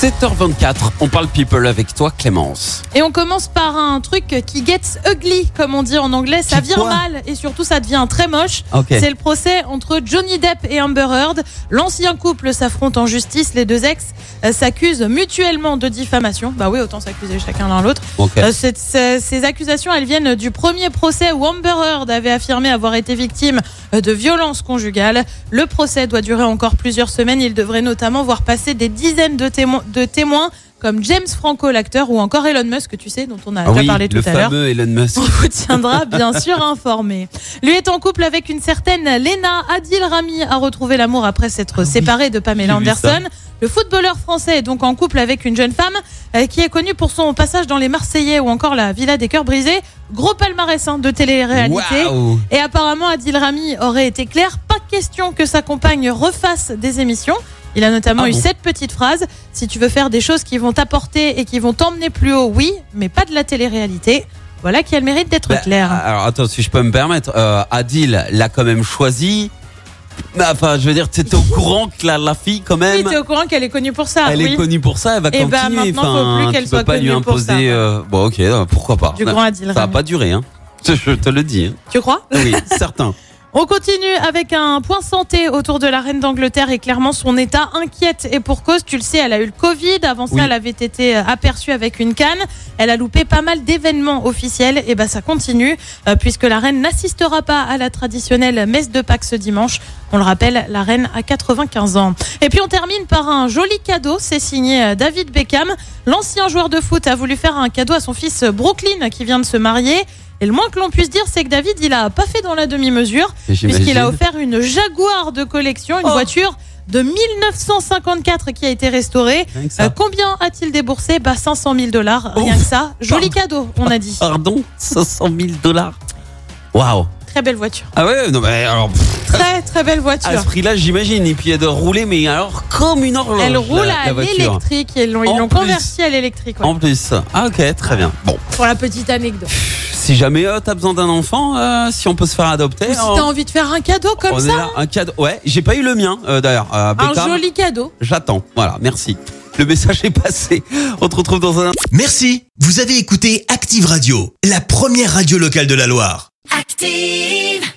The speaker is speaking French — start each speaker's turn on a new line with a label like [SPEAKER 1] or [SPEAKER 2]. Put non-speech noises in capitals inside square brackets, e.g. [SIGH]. [SPEAKER 1] 7h24, on parle people avec toi Clémence.
[SPEAKER 2] Et on commence par un truc qui gets ugly, comme on dit en anglais. Ça
[SPEAKER 1] Qui
[SPEAKER 2] vire
[SPEAKER 1] quoi Ah,
[SPEAKER 2] mal et surtout ça devient très moche.
[SPEAKER 1] Ok.
[SPEAKER 2] C'est le procès entre Johnny Depp et Amber Heard. L'ancien couple s'affronte en justice. Les deux ex euh, s'accusent mutuellement de diffamation. Bah oui, autant s'accuser chacun l'un l'autre.
[SPEAKER 1] Ok.
[SPEAKER 2] Euh, cette- ce- ces accusations, elles viennent du premier procès où Amber Heard avait affirmé avoir été victime euh, de violences conjugales. Le procès doit durer encore plusieurs semaines. Il devrait notamment voir passer des dizaines de, témo- de témoins comme James Franco, l'acteur, ou encore Elon Musk, tu sais, dont on a
[SPEAKER 1] Ah
[SPEAKER 2] déjà
[SPEAKER 1] oui,
[SPEAKER 2] parlé tout
[SPEAKER 1] le
[SPEAKER 2] à l'heure.
[SPEAKER 1] fameux Elon Musk.
[SPEAKER 2] [LAUGHS] On vous tiendra bien sûr informé. Lui est en couple avec une certaine Lena Adil Rami a retrouvé l'amour après s'être séparé de Pamela
[SPEAKER 1] Ah j'ai vu ça.
[SPEAKER 2] Anderson. Le footballeur français est donc en couple avec une jeune femme euh, qui est connue pour son passage dans Les Marseillais ou encore La Villa des Cœurs Brisés. Gros palmarès hein, de télé-réalité.
[SPEAKER 1] Waouh.
[SPEAKER 2] Et apparemment, Adil Rami aurait été clair. Pas question que sa compagne refasse des émissions. Il a notamment
[SPEAKER 1] Ah
[SPEAKER 2] eu
[SPEAKER 1] bon
[SPEAKER 2] cette petite phrase Si tu veux faire des choses qui vont t'apporter et qui vont t'emmener plus haut, oui, mais pas de la télé-réalité. Voilà qui a le mérite d'être
[SPEAKER 1] Bah,
[SPEAKER 2] clair.
[SPEAKER 1] Alors attends, si je peux me permettre, euh, Adil l'a quand même choisi. Mais Enfin, je veux dire, t'étais au courant que la, la fille quand
[SPEAKER 2] Oui,
[SPEAKER 1] même,
[SPEAKER 2] t'es au courant qu'elle est connue pour ça.
[SPEAKER 1] elle
[SPEAKER 2] oui.
[SPEAKER 1] est connue pour ça, elle va
[SPEAKER 2] Eh ben,
[SPEAKER 1] continuer.
[SPEAKER 2] maintenant, faut
[SPEAKER 1] enfin,
[SPEAKER 2] plus qu'elle
[SPEAKER 1] tu
[SPEAKER 2] soit
[SPEAKER 1] peux pas lui
[SPEAKER 2] connue pour
[SPEAKER 1] imposer.
[SPEAKER 2] ça.
[SPEAKER 1] euh, bon, ok, euh, pourquoi pas.
[SPEAKER 2] Du
[SPEAKER 1] Non,
[SPEAKER 2] grand Adil
[SPEAKER 1] ça va
[SPEAKER 2] Rami.
[SPEAKER 1] pas durer, hein. [LAUGHS] Je, je te le
[SPEAKER 2] [LAUGHS]
[SPEAKER 1] dis. hein.
[SPEAKER 2] Tu crois
[SPEAKER 1] Oui, certain.
[SPEAKER 2] On continue avec un point santé autour de la reine d'Angleterre et clairement son état inquiète et pour cause, tu le sais, elle a eu le Covid, avant ça
[SPEAKER 1] Oui.
[SPEAKER 2] elle avait été euh, aperçue avec une canne, elle a loupé pas mal d'événements officiels et ben ça continue euh, puisque la reine n'assistera pas à la traditionnelle messe de Pâques ce dimanche. On le rappelle, la reine a 95 ans. Et puis on termine par un joli cadeau, c'est signé euh, David Beckham, l'ancien joueur de foot a voulu faire un cadeau à son fils euh, Brooklyn qui vient de se marier. Et le moins que l'on puisse dire, c'est que David, il a pas fait dans la demi-mesure. Puisqu'il a
[SPEAKER 1] J'imagine.
[SPEAKER 2] offert une Jaguar de collection, une
[SPEAKER 1] Oh.
[SPEAKER 2] voiture de 1954 qui a été restaurée.
[SPEAKER 1] Rien que ça.
[SPEAKER 2] Euh, combien a-t-il déboursé Bah 500 000 dollars, rien
[SPEAKER 1] Oh.
[SPEAKER 2] que ça. Joli cadeau, on a dit.
[SPEAKER 1] Pardon, 500 000 dollars. Waouh.
[SPEAKER 2] Très belle voiture.
[SPEAKER 1] Ah ouais, non mais alors. pff,
[SPEAKER 2] Très très belle
[SPEAKER 1] À
[SPEAKER 2] voiture.
[SPEAKER 1] ce prix-là, j'imagine. Et puis elle doit rouler, mais alors comme une horloge.
[SPEAKER 2] Elle roule
[SPEAKER 1] la- la
[SPEAKER 2] à
[SPEAKER 1] voiture.
[SPEAKER 2] l'électrique, ils l'ont ils
[SPEAKER 1] En
[SPEAKER 2] l'ont
[SPEAKER 1] plus.
[SPEAKER 2] convertie à l'électrique. ouais.
[SPEAKER 1] En plus. Ah ok, très bien. Bon,
[SPEAKER 2] Pour la petite anecdote.
[SPEAKER 1] si jamais euh, t'as besoin d'un enfant, euh, si on peut se faire adopter.
[SPEAKER 2] Ou si
[SPEAKER 1] on-
[SPEAKER 2] t'as envie de faire un cadeau comme
[SPEAKER 1] on
[SPEAKER 2] ça,
[SPEAKER 1] est là, un cadeau. Ouais, j'ai pas eu le mien euh, d'ailleurs. Euh,
[SPEAKER 2] un
[SPEAKER 1] Beckham,
[SPEAKER 2] joli cadeau.
[SPEAKER 1] J'attends. Voilà, merci. Le message est passé. On te retrouve dans un.
[SPEAKER 3] Merci, vous avez écouté Active Radio, la première radio locale de la Loire.
[SPEAKER 4] active.